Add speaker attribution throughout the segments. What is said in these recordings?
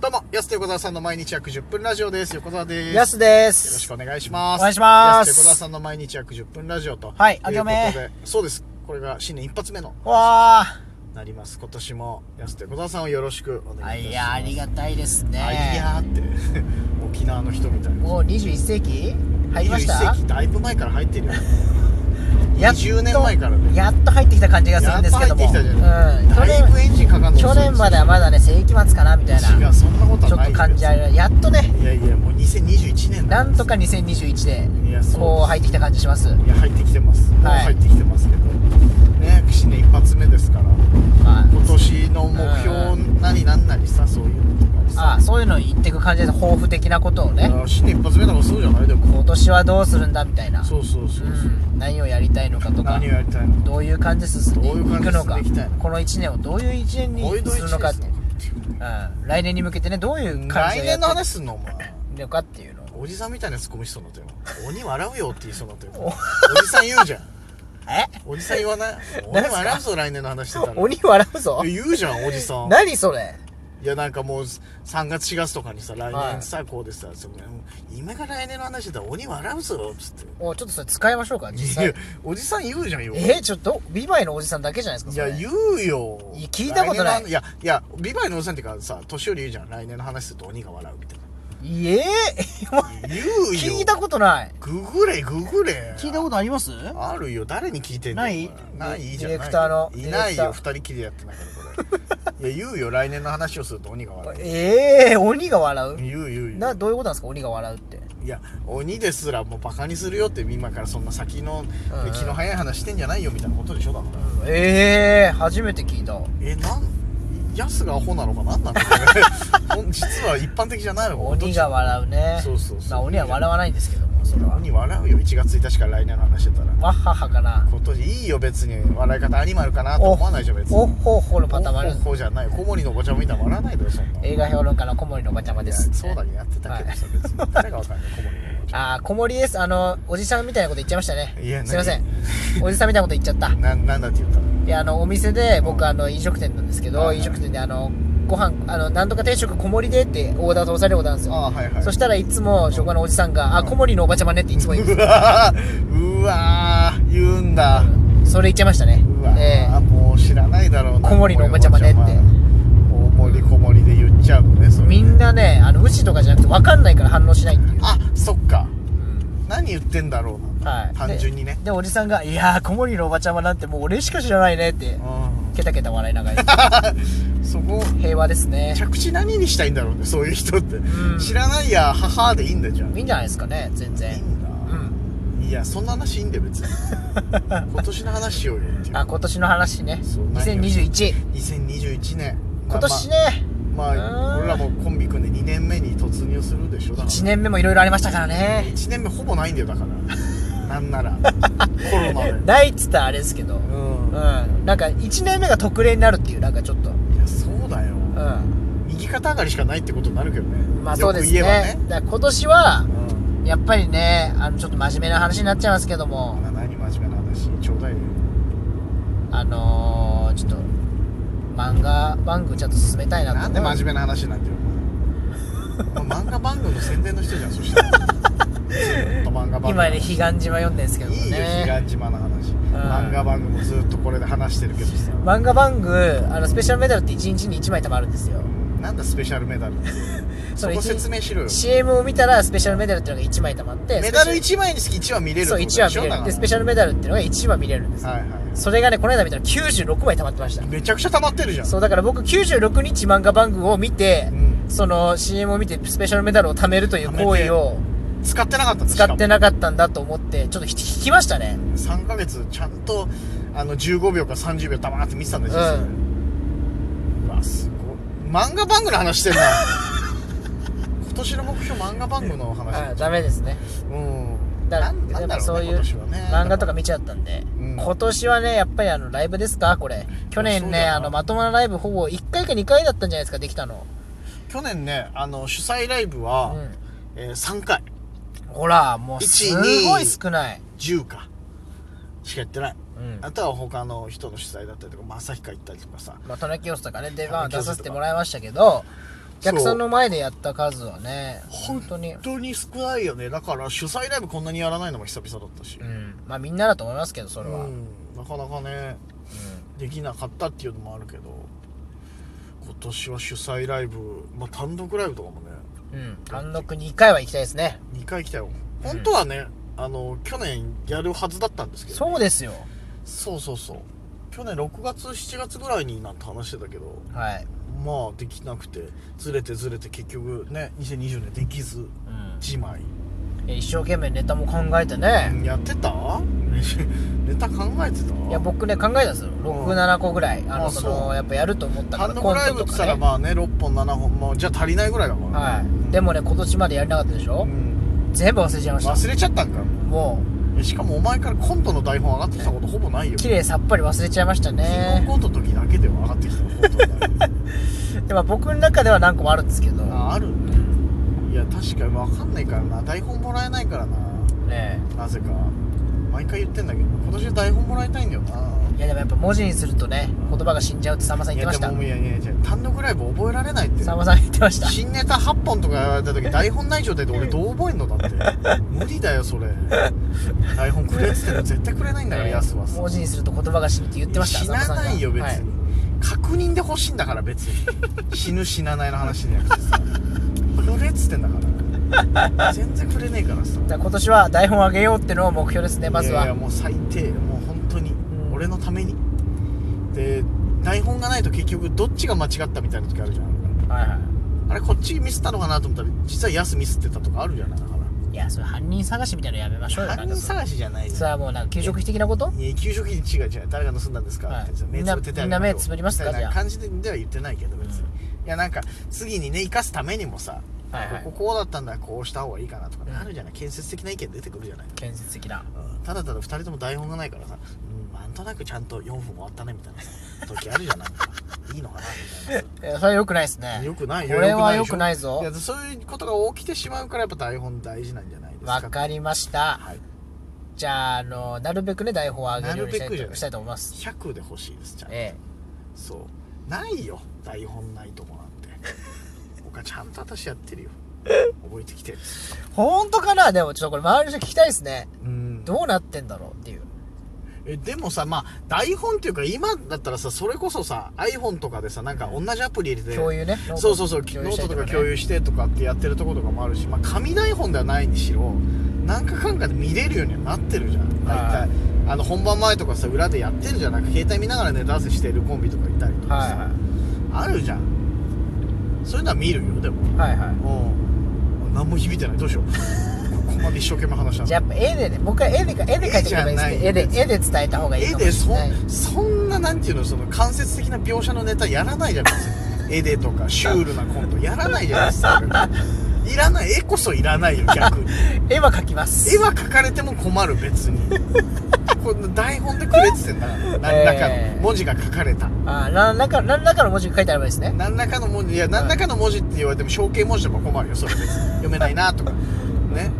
Speaker 1: どうも、安と横澤さんの毎日約10分ラジオです。横澤です。
Speaker 2: やすで
Speaker 1: よろし
Speaker 2: す。
Speaker 1: くお願いします。
Speaker 2: お願いします
Speaker 1: 安と横澤さんの毎日約10分ラジオと。
Speaker 2: はい
Speaker 1: とう
Speaker 2: 明けおめ
Speaker 1: ことでそうです。これが新年一発目の
Speaker 2: わあ、
Speaker 1: なります。今年も安と横澤さんをよろしくお
Speaker 2: あ
Speaker 1: 願いいたします。
Speaker 2: いやありがたいですね。
Speaker 1: あいやーって、沖縄の人みたいな。
Speaker 2: もう21世紀入りました。
Speaker 1: 21世紀だいぶ前から入ってるよ。
Speaker 2: やっと
Speaker 1: 20年前からね
Speaker 2: やっと入ってきた感じがするんですけども。
Speaker 1: やっと入ってきたじゃ
Speaker 2: うん。去
Speaker 1: だいぶエ
Speaker 2: 年
Speaker 1: ンジンかかんの
Speaker 2: 去年まではまだね世紀末かなみたいな。
Speaker 1: 違う、そんなこと
Speaker 2: ちょ
Speaker 1: はな
Speaker 2: っ
Speaker 1: いよ
Speaker 2: と感じある。やっとね、
Speaker 1: いやいや、もう2021年だ
Speaker 2: なんとか2021で
Speaker 1: いやそうです
Speaker 2: こう入ってきた感じします。
Speaker 1: いや入ってきてます、もう
Speaker 2: はい
Speaker 1: 入ってきてますけどね新年一発目ですから
Speaker 2: まあ。
Speaker 1: 今年の目標なりなんなりさそういうのとかさ
Speaker 2: ああそういうの言ってく感じで抱負的なことをね
Speaker 1: いや新年一発目だからそうじゃないでも
Speaker 2: 今年はどうするんだみたいな
Speaker 1: そうそうそうそう、
Speaker 2: うん、何をやりたいのかとか
Speaker 1: 何をやりたいのか
Speaker 2: どういう感じで進んでい
Speaker 1: どういう感じ
Speaker 2: く
Speaker 1: で
Speaker 2: の
Speaker 1: 進ん
Speaker 2: か
Speaker 1: でいきたいのか
Speaker 2: この1年をどういう1年
Speaker 1: こういう
Speaker 2: にするのかって
Speaker 1: どういう一年にするのか
Speaker 2: うん、来年に向けてねどういう感
Speaker 1: 来
Speaker 2: じで
Speaker 1: 年
Speaker 2: やっ
Speaker 1: の
Speaker 2: て
Speaker 1: 話すんのお前
Speaker 2: いくのかっていうのを
Speaker 1: おじさんみたいなツッコミしそうになった よ鬼笑うよって言いそうになったよおじさん言うじゃん
Speaker 2: え
Speaker 1: おじさん言わない鬼
Speaker 2: 何すか
Speaker 1: 笑うぞ来年の話してたら
Speaker 2: 鬼笑うぞ
Speaker 1: いや言うじゃんおじさん
Speaker 2: 何それ
Speaker 1: いやなんかもう3月4月とかにさ来
Speaker 2: は
Speaker 1: 年
Speaker 2: い
Speaker 1: さ、こうでさその今が来年の話だったら鬼笑うぞっつって
Speaker 2: おちょっとそれ使いましょうか実
Speaker 1: いや
Speaker 2: 際
Speaker 1: おじさん言うじゃんよ
Speaker 2: えちょっとビバイのおじさんだけじゃないですか
Speaker 1: い
Speaker 2: それ
Speaker 1: や言うよ
Speaker 2: いや聞いたことない
Speaker 1: 来年のいやいやビバイのおじさんっていうかさ年寄り言うじゃん来年の話すると鬼が笑うみたい
Speaker 2: いえ
Speaker 1: な言うよ
Speaker 2: 聞いたことない
Speaker 1: ググれググれ
Speaker 2: 聞いたことあります
Speaker 1: あるよ誰に聞いてんの
Speaker 2: ない
Speaker 1: ないじゃん
Speaker 2: ディレクターの
Speaker 1: いない
Speaker 2: ディレ
Speaker 1: よ
Speaker 2: ク
Speaker 1: 2人きりでやってないからこ れいや言うよ来年の話をすると鬼が笑う
Speaker 2: ええ鬼が 笑う
Speaker 1: 言う言う言う
Speaker 2: などういうことなんですか鬼が笑うって
Speaker 1: いや鬼ですらもうバカにするよって今からそんな先の、
Speaker 2: うんうん
Speaker 1: 気の早い話してんじゃないよみたいなことでしょだから、
Speaker 2: ええ初めて聞いた
Speaker 1: えなんヤスがアホなのか何なのほ ん実は一般的じゃないのか
Speaker 2: 鬼が笑うね
Speaker 1: そうそうそう
Speaker 2: まあ鬼は笑わないんですけどもそれは
Speaker 1: 鬼笑うよ1月1日から来年の話してたら
Speaker 2: ワッハッハかな
Speaker 1: 今年いいよ別に笑い方アニマルかなと思わないじゃん別に
Speaker 2: おっほっほのパターンもある
Speaker 1: おこうじゃないよ小森のおばちゃんみたいな笑わないだろそんな
Speaker 2: 映画評論家の小森のおばちゃま
Speaker 1: い
Speaker 2: で
Speaker 1: や
Speaker 2: す
Speaker 1: そうだけどやってたけどさ、別に誰がわかんない小森のおばちゃん
Speaker 2: ああ小森ですあのおじさんみたいなこと言っちゃいましたね
Speaker 1: いや何
Speaker 2: すいませんおじさんみたいなこと言っちゃった
Speaker 1: ななんだって言ったの
Speaker 2: いやあのお店で
Speaker 1: うん
Speaker 2: 僕あの飲食店なんですけ
Speaker 1: はい
Speaker 2: ど
Speaker 1: はい
Speaker 2: 飲食店であのご飯あのなんとか定食小森でってオーダー通されるオーダーなんですよ
Speaker 1: ああはいはい
Speaker 2: そしたらいつも職場のおじさんが「あ小森のおばちゃまね」っていつも言うんで
Speaker 1: うわーうわー言うんだ
Speaker 2: すそれ言っちゃいましたね
Speaker 1: うわー、
Speaker 2: え
Speaker 1: もう知らないだろうな
Speaker 2: 小森のおばちゃまねって
Speaker 1: 大森小森で言っちゃうのねそ
Speaker 2: え
Speaker 1: れ
Speaker 2: みんなねあの無視とかじゃなくて分かんないから反応しないっていう
Speaker 1: あそっか
Speaker 2: うん
Speaker 1: 何言ってんだろうな、
Speaker 2: はい、
Speaker 1: 単純にね
Speaker 2: ででおじさんが「いやー小森のおばちゃまなんてもう俺しか知らないね」って
Speaker 1: う
Speaker 2: ケタケタ笑いながら
Speaker 1: んそこ
Speaker 2: 平和ですね
Speaker 1: 着地何にしたいんだろうねそういう人って、
Speaker 2: うん
Speaker 1: 知らないや母でいいんだじゃんい
Speaker 2: いいんじゃないですかね全
Speaker 1: い
Speaker 2: 然
Speaker 1: んだ、
Speaker 2: うん
Speaker 1: いやそんな話いいんだよ別 に今年の話しようよっていう
Speaker 2: あ今年の話ね
Speaker 1: そう
Speaker 2: 2021
Speaker 1: 2021年
Speaker 2: 今年ね、
Speaker 1: まあ、まあ
Speaker 2: うん
Speaker 1: 俺らもコンビ組んで2年目に突入するでしょだから
Speaker 2: 1年目もいろいろありましたからね
Speaker 1: 1年目ほぼないんだよだからな んならコロナで
Speaker 2: ないっつったらあれですけど
Speaker 1: う
Speaker 2: うんなんか1年目が特例になるっていうなんかちょっとう
Speaker 1: いやそうだよ
Speaker 2: ん
Speaker 1: 右肩上がりしかないってことになるけどね
Speaker 2: まあそうですね
Speaker 1: よく言えばね
Speaker 2: だから今年は
Speaker 1: うん
Speaker 2: やっぱりねあのちょっと真面目な話になっちゃいますけども
Speaker 1: まあ何真面目な話ちょうだいよ
Speaker 2: あのー、ちょっと漫画番組ちゃんと進めたいなと
Speaker 1: なんで真面目な話なんてよ お前漫画番組の宣伝の人じゃんそしたらずっと漫画番組
Speaker 2: 今ね彼岸島読んでるんですけども
Speaker 1: いいよ
Speaker 2: ね
Speaker 1: 彼岸島の話漫画番組もずっとこれで話してるけどさ
Speaker 2: 漫画番組あのスペシャルメダルって1日に1枚たまるんですよ
Speaker 1: なんだスペシャルメダルってそ
Speaker 2: それ
Speaker 1: こ説明しろよ
Speaker 2: CM を見たらスペシャルメダルっていうのが1枚たまって
Speaker 1: メダル
Speaker 2: スペシ
Speaker 1: 1枚につき1は見れ
Speaker 2: ャ
Speaker 1: る
Speaker 2: ルそう
Speaker 1: ってこと
Speaker 2: 1
Speaker 1: で
Speaker 2: 話
Speaker 1: し
Speaker 2: 見
Speaker 1: ょ
Speaker 2: れるでスペ
Speaker 1: だ
Speaker 2: シャルメダルっていうのが1話見れるんです
Speaker 1: か
Speaker 2: よ
Speaker 1: らはいは
Speaker 2: それがねこの間見たら96枚たまってました
Speaker 1: いめちゃくちゃ溜まってるじゃん
Speaker 2: そうだから僕96日漫画番組を見て
Speaker 1: うん
Speaker 2: その CM を見てスペシャルメダルを貯めるという行為を
Speaker 1: 使ってなかったんです
Speaker 2: 使ってなかったんだと思ってちょっと引きましたね
Speaker 1: 3ヶ月ちゃんとあの15秒か30秒黙って見てたんですよ、
Speaker 2: う
Speaker 1: うわすごい漫画番組の話してんな 今年の目標漫画番組の話、
Speaker 2: はいダメですね
Speaker 1: うん
Speaker 2: だか
Speaker 1: な
Speaker 2: ら
Speaker 1: んなんだ
Speaker 2: やっぱ
Speaker 1: ろう
Speaker 2: そう
Speaker 1: ね
Speaker 2: いう
Speaker 1: 今年はね
Speaker 2: 漫画と
Speaker 1: だ
Speaker 2: か見ちゃったんで、
Speaker 1: うん
Speaker 2: 今年はねやっぱりあのライブですかこれ去
Speaker 1: そ
Speaker 2: 年
Speaker 1: うだ
Speaker 2: ね
Speaker 1: よな
Speaker 2: あのまともなライブほぼ1回か2回だったんじゃないですかできたの
Speaker 1: 去年ねあの主催ライブ
Speaker 2: う
Speaker 1: は、
Speaker 2: ん
Speaker 1: えー3回
Speaker 2: ほらもうすご
Speaker 1: 1
Speaker 2: い
Speaker 1: 2
Speaker 2: 少ない、
Speaker 1: 10かしかやってない
Speaker 2: うん、
Speaker 1: あとは他の人の主催だったりとかまあ旭川行ったりとかさ
Speaker 2: まあトナキオスとかね出
Speaker 1: ト
Speaker 2: 番
Speaker 1: ナキオ
Speaker 2: 出
Speaker 1: スとか
Speaker 2: させてもらいましたけど客さんの前でやった数はね本当に
Speaker 1: 本当に少ないよねだから主催ライブこんなにやらないのも久々だったし、
Speaker 2: うんまあみんなだと思いますけどそれは、
Speaker 1: う
Speaker 2: うん
Speaker 1: んなかなかねできなかったっていうのもあるけど今年は主催ライブ、まあ、単独ライブとかもね
Speaker 2: うん単独2回は行きたいですね
Speaker 1: 2回来たよ本当はね、あの去年やるはずだったんですけどね、
Speaker 2: そうですよ
Speaker 1: そうそうそう去年6月7月ぐらいになんて話してたけど
Speaker 2: はい、
Speaker 1: まあできなくてずれてずれて結局ね2020年できず
Speaker 2: うん
Speaker 1: じまい
Speaker 2: え一生懸命ネタも考えてね、
Speaker 1: やってた ネタ考えてた
Speaker 2: いや僕ね考えたんですよ67個ぐらいあの
Speaker 1: あ
Speaker 2: そ
Speaker 1: そ
Speaker 2: のやっぱやると思ったか
Speaker 1: 単
Speaker 2: ら
Speaker 1: 独ライブって言ったら
Speaker 2: ね
Speaker 1: まあね6本7本もうじゃあ足りないぐらいだからね、
Speaker 2: はいでもね今年までやれなかったでしょ、
Speaker 1: うん
Speaker 2: 全部忘れちゃいました
Speaker 1: 忘れちゃったんか
Speaker 2: も
Speaker 1: えしかもお前からコントの台本上がってきたことほぼないよ
Speaker 2: う綺麗さっぱり忘れちゃいました
Speaker 1: キング
Speaker 2: ね
Speaker 1: コントの時だけでは上がってきたことほとんどない
Speaker 2: でも僕の中では何個もあるんですけど
Speaker 1: あある
Speaker 2: うん
Speaker 1: いや確かに分かんないからな台本もらえないからな
Speaker 2: ね
Speaker 1: なぜか毎回言ってんだけど今年台本もらいたいんだよな
Speaker 2: えいやでもやっぱ文字にするとね言葉が死んじゃうってさんまさん
Speaker 1: い
Speaker 2: 言って
Speaker 1: や
Speaker 2: ま
Speaker 1: で
Speaker 2: した
Speaker 1: もいやいやいや単独ライブ覚えられないって
Speaker 2: さんまさん言ってました
Speaker 1: 新ネタ8本とかやられた 時台本ない状態で俺どう覚えんのだって無理だよそれ台本くれっつっても絶対くれないんだから
Speaker 2: ねえ
Speaker 1: やすはさ
Speaker 2: 文字にすると言葉が死ぬって言ってました
Speaker 1: 死なないよ
Speaker 2: さん
Speaker 1: 別
Speaker 2: ま
Speaker 1: に、
Speaker 2: さんが
Speaker 1: 確認で欲しいんだから別 に死ぬ死なないの話じゃなくてさくれっつってんだから全然くれねえからさ
Speaker 2: はい、じゃあ今年は台本をあげようってのを目標ですねまずはい
Speaker 1: やいやもう最低もう本当に、
Speaker 2: ん
Speaker 1: 俺のためにで台本がないと結局どっちが間違ったみたいな時あるじゃん
Speaker 2: はいは
Speaker 1: あれこっちミスったのかなと思ったら実はヤスミスってたとかあるじゃないだか
Speaker 2: いいやそれ犯人探しみたいなのやめましょうよ
Speaker 1: ら
Speaker 2: な
Speaker 1: 犯
Speaker 2: んか
Speaker 1: 人
Speaker 2: それ
Speaker 1: 探しじゃない
Speaker 2: それはもうなんか給食費的なこと
Speaker 1: いや給食費に違う違う誰が盗んだんですか、
Speaker 2: はい
Speaker 1: って言って
Speaker 2: みんな
Speaker 1: 目つぶって
Speaker 2: みんな目つぶりますか
Speaker 1: みたい
Speaker 2: じゃ
Speaker 1: な
Speaker 2: あ
Speaker 1: 感じでは言ってないけど別に、
Speaker 2: うん
Speaker 1: いやなんか次にね生かすためにもさ、
Speaker 2: はいはい
Speaker 1: こここうだったんだこうした方がいいかなとかね、
Speaker 2: うん
Speaker 1: あるじゃない建設的な意見出てくるじゃない、
Speaker 2: 建設的な
Speaker 1: うんただただ2人とも台本がないからさ、うん、なんとなくちゃんと4分終わったねみたいなさ時あるじゃない いいのかなみたいな
Speaker 2: えーそれは良くないですね
Speaker 1: よくない
Speaker 2: これは良
Speaker 1: よ
Speaker 2: くないぞ
Speaker 1: いやそういうことが起きてしまうからやっぱ台本大事なんじゃないですか
Speaker 2: わかりました、
Speaker 1: はい
Speaker 2: じゃあ、あの、なるべくね、台本を上げるようにし
Speaker 1: な
Speaker 2: た
Speaker 1: るべくじゃ
Speaker 2: い
Speaker 1: な
Speaker 2: と
Speaker 1: い
Speaker 2: したいと思います。
Speaker 1: 100で欲しいですちゃんと
Speaker 2: え
Speaker 1: そうないよ台本ないとこなんて 僕はちゃんと私やってるよ覚えてきてる
Speaker 2: え。本当かなでも、ちょっとこれ、周りの人聞きたいですね。
Speaker 1: うん
Speaker 2: どうなってんだろうっていう。
Speaker 1: えでもさまあ台本っていうか今だったらさそれこそさ iPhone とかでさなんか同じアプリ入れて
Speaker 2: 共有ね。
Speaker 1: そうそうそう
Speaker 2: 共
Speaker 1: ノ
Speaker 2: 有し
Speaker 1: ー
Speaker 2: た
Speaker 1: トと
Speaker 2: りとか
Speaker 1: か
Speaker 2: ね
Speaker 1: 共有してとかってやってるとことかもあるし、まあ、紙台本ではないにしろなんかかんかで見れるようにはなってるじゃん大
Speaker 2: は
Speaker 1: 体
Speaker 2: い
Speaker 1: あの本番前とかさ裏でやってるじゃんなんか携帯見ながらネタ合わせしてるコンビとかいたりとかさ、
Speaker 2: は
Speaker 1: あるじゃんそういうのは見るよでも
Speaker 2: いはい。はいは
Speaker 1: うん何も響いてないどうしよう ここまで一生懸命話した
Speaker 2: い。じゃあ、
Speaker 1: の
Speaker 2: やっぱ絵でね、僕は絵でか、絵で描いてくればいいですけど、絵
Speaker 1: 絵じゃない
Speaker 2: で、絵で伝えた方がいい
Speaker 1: 絵
Speaker 2: かも
Speaker 1: で
Speaker 2: しれ
Speaker 1: そ
Speaker 2: ない。
Speaker 1: んそんななんていうのその間接的な描写のネタやらないじゃないですか絵でとかシュールなコントやらないじゃないですかいらない絵こそいらないよ逆 に
Speaker 2: 絵は描きます。
Speaker 1: 絵は描かれても困る別にこんな台本でくれっつってんだから何らかの
Speaker 2: えー
Speaker 1: 文字が書かれた
Speaker 2: あー、なんらか、なんらかの文字が書いてあればいいですね。
Speaker 1: 何らかの文字いや何らかの文字って言われても象形文字でも困るよそ れ別に読めないなとかね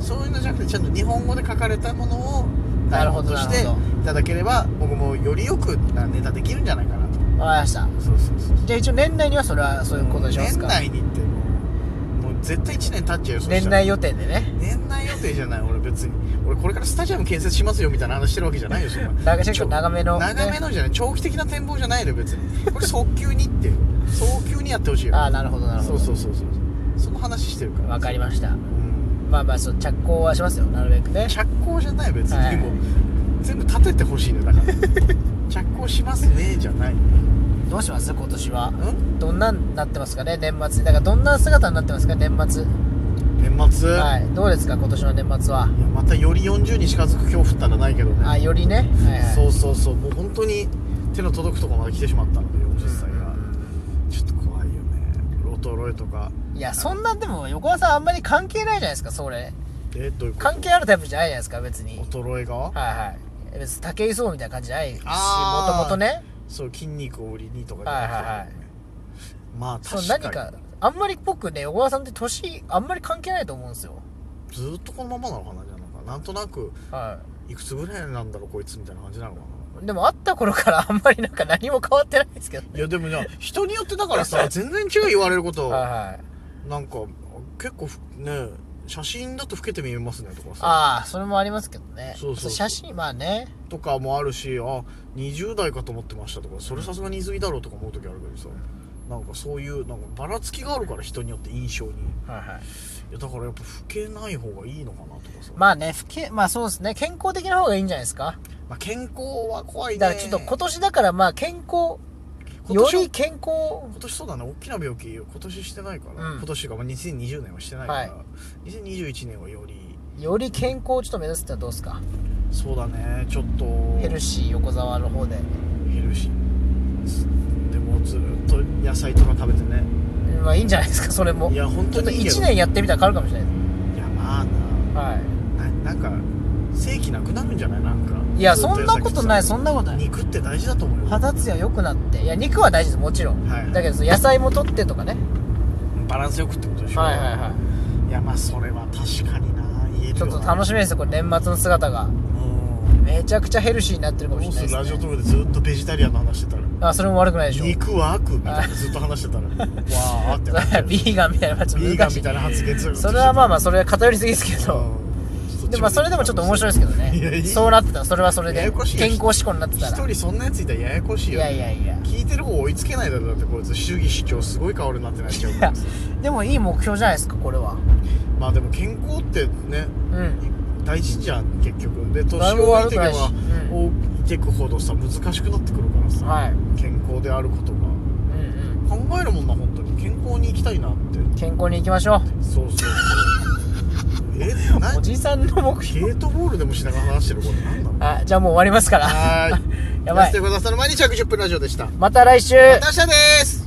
Speaker 1: そういうのじゃなくてちゃんと日本語で書かれたものを
Speaker 2: な
Speaker 1: 台
Speaker 2: るほ
Speaker 1: 本
Speaker 2: ど
Speaker 1: としてい
Speaker 2: なるほ
Speaker 1: ただければ僕もよりよくなネタできるんじゃないかなと
Speaker 2: わかりました。
Speaker 1: そうそうそう
Speaker 2: じゃあ一応年内にはそれはそういうことにします
Speaker 1: 年
Speaker 2: か。
Speaker 1: 内にってもうもう絶対1年経っちゃうよそしたら
Speaker 2: 年内予定でね。
Speaker 1: 年内予定じゃない俺別に俺これからスタジアム建設しますよみたいな話してるわけじゃないよそんな
Speaker 2: なんかちょっと長めのね
Speaker 1: 長めのじゃない長期的な展望じゃないのよ別にこれ早急にっていう早急にやってほしいよ
Speaker 2: ああ、なるほど、なる
Speaker 1: そ
Speaker 2: ほ
Speaker 1: うそうそうそうその話してるか
Speaker 2: ど。
Speaker 1: ら
Speaker 2: わかりました。
Speaker 1: うん
Speaker 2: まあまあ、そう、着工はしますよ。なるべくね。
Speaker 1: 着工じゃない別に、
Speaker 2: はい
Speaker 1: もう全部立ててほしいねだから 着工しますねじゃないうん
Speaker 2: どうします今年はどんなんなってますかね年末にだからどんな姿になってますか年末
Speaker 1: 年末、い、
Speaker 2: はいどうですか今年の年末は
Speaker 1: やまたより40に近づく恐怖ったらないけどね
Speaker 2: あよりねはいはい
Speaker 1: そうそうそうもう本当に手の届くところまで来てしまったので40歳
Speaker 2: うん
Speaker 1: がちょっと怖いよね衰えとか
Speaker 2: いやそんなでも横川さんあんまり関係ないじゃないですかそれ
Speaker 1: えどういうこと
Speaker 2: 関係あるタイプじゃないじゃないですか別にはい
Speaker 1: 衰えが
Speaker 2: はい別に武井壮みたいな感じじゃないしも
Speaker 1: あー
Speaker 2: ともとね
Speaker 1: そう筋肉を売りにとかじゃ
Speaker 2: はい
Speaker 1: なくて
Speaker 2: はいはい
Speaker 1: まあ確
Speaker 2: そ
Speaker 1: か
Speaker 2: う
Speaker 1: に
Speaker 2: 何かあんまり僕ね横川さんって年あんまり関係ないと思うんですよ
Speaker 1: ずーっとこのままなのかなじゃあなんかなんとなく
Speaker 2: はい
Speaker 1: くつぐらいなんだろうこいつみたいな感じなのか
Speaker 2: でも会った頃からあんまりなんか何も変わってないですけど
Speaker 1: いやでもね人によってだから さ全然違う言われること
Speaker 2: はいはい
Speaker 1: なんか結構ふね写真だと老けて見えますねとかさ
Speaker 2: ああそれもありますけどね
Speaker 1: そうそうそう
Speaker 2: 写真まあね
Speaker 1: とかもあるしあ20代かと思ってましたとかそれさすがに言い過ぎだろうとか思う時あるけどさなんかそういうなんかばらつきがあるから人によって印象に
Speaker 2: はいはい
Speaker 1: いやだからやっぱ老けない方がいいのかなとかさ、ま
Speaker 2: まあね不けまあそうですね健康的な方がいいんじゃないですか
Speaker 1: あ、健康は怖いね
Speaker 2: だからちょっと今年だからまあ健康
Speaker 1: 今
Speaker 2: よ
Speaker 1: 年は
Speaker 2: り健康
Speaker 1: 今年そうだね大きな病気今年してないから、
Speaker 2: うん
Speaker 1: 今年が、まあ、2020年はしてないから、
Speaker 2: はい
Speaker 1: 2021年はより
Speaker 2: より健康をちょっと目指すってのはどうですか
Speaker 1: そうだねちょっと
Speaker 2: ヘルシー横沢の方で
Speaker 1: ヘルシーつでもずっと野菜とか食べてね
Speaker 2: まあいいんじゃないですかそれも
Speaker 1: いや本
Speaker 2: ち
Speaker 1: 当
Speaker 2: ょっと
Speaker 1: にいいけど
Speaker 2: 1年やってみたら変わるかもしれないで
Speaker 1: いやまあ
Speaker 2: すは
Speaker 1: なななんか正気なくなるんじゃないなんか
Speaker 2: いいや
Speaker 1: ずっ
Speaker 2: そんな
Speaker 1: 野菜
Speaker 2: ことない
Speaker 1: 食
Speaker 2: そんなこ
Speaker 1: って
Speaker 2: とな
Speaker 1: た
Speaker 2: い
Speaker 1: 肉って大事だと思うよ
Speaker 2: 肌ツヤ良くなっていや肉は大事ですもちろん
Speaker 1: はい
Speaker 2: だけどその野菜も取ってとかね
Speaker 1: バランスよくってことでしょ
Speaker 2: はいはいはい
Speaker 1: いやまあそれは確かにな言える
Speaker 2: ちょ
Speaker 1: よな
Speaker 2: っと楽しみですよこれ年末の姿が
Speaker 1: うん
Speaker 2: めちゃくちゃヘルシーになってるかもし
Speaker 1: ど
Speaker 2: れ
Speaker 1: う
Speaker 2: ない
Speaker 1: す
Speaker 2: で
Speaker 1: る
Speaker 2: す、
Speaker 1: ラジ
Speaker 2: ね、
Speaker 1: オトークでずっとベジタリアンの話してたら
Speaker 2: あそれも悪くないでしょ
Speaker 1: 肉は悪みたいなずっと話してた らわーってなっちゃう
Speaker 2: ビーガンみたいなちょっと
Speaker 1: ビーガ
Speaker 2: 難
Speaker 1: ン
Speaker 2: し
Speaker 1: み
Speaker 2: い
Speaker 1: たいな発言する
Speaker 2: それはまあまあそれは偏りすぎですけど
Speaker 1: うん
Speaker 2: でもまあそれでもちょっと面白いですけど
Speaker 1: いやい
Speaker 2: ね
Speaker 1: い
Speaker 2: そうなってたらそれはそれ
Speaker 1: や
Speaker 2: で
Speaker 1: やこしいよ
Speaker 2: 健康志向になってた
Speaker 1: 一
Speaker 2: ら
Speaker 1: 人そんなやついたらややこしい
Speaker 2: い
Speaker 1: よ
Speaker 2: やいやいや
Speaker 1: 聞いてる方追いつけないだろだってこいつ主義主張すごい顔になってなっちゃうからさ
Speaker 2: でもいい目標じゃないですかこれは
Speaker 1: まあでも健康ってね
Speaker 2: うん
Speaker 1: 大事じゃん結局で年
Speaker 2: だいぶ
Speaker 1: を老い
Speaker 2: 悪
Speaker 1: ていけ
Speaker 2: くな
Speaker 1: ば
Speaker 2: いしうん
Speaker 1: 老いていくほどさ難しくなってくるからさ、
Speaker 2: はい
Speaker 1: 健康であることが
Speaker 2: うんうん
Speaker 1: 考えるもんな本当に健康に行きたいなって
Speaker 2: 健康に行きましょ
Speaker 1: そう そうそうえ
Speaker 2: うお
Speaker 1: 何
Speaker 2: じさんの目標
Speaker 1: ゲートボールでもしながら話してるこれ何な の
Speaker 2: あじゃあもう終わりますから
Speaker 1: はーい
Speaker 2: やばい
Speaker 1: 安手小田さんの毎日110分ラジオでしたま
Speaker 2: また来週
Speaker 1: た明日です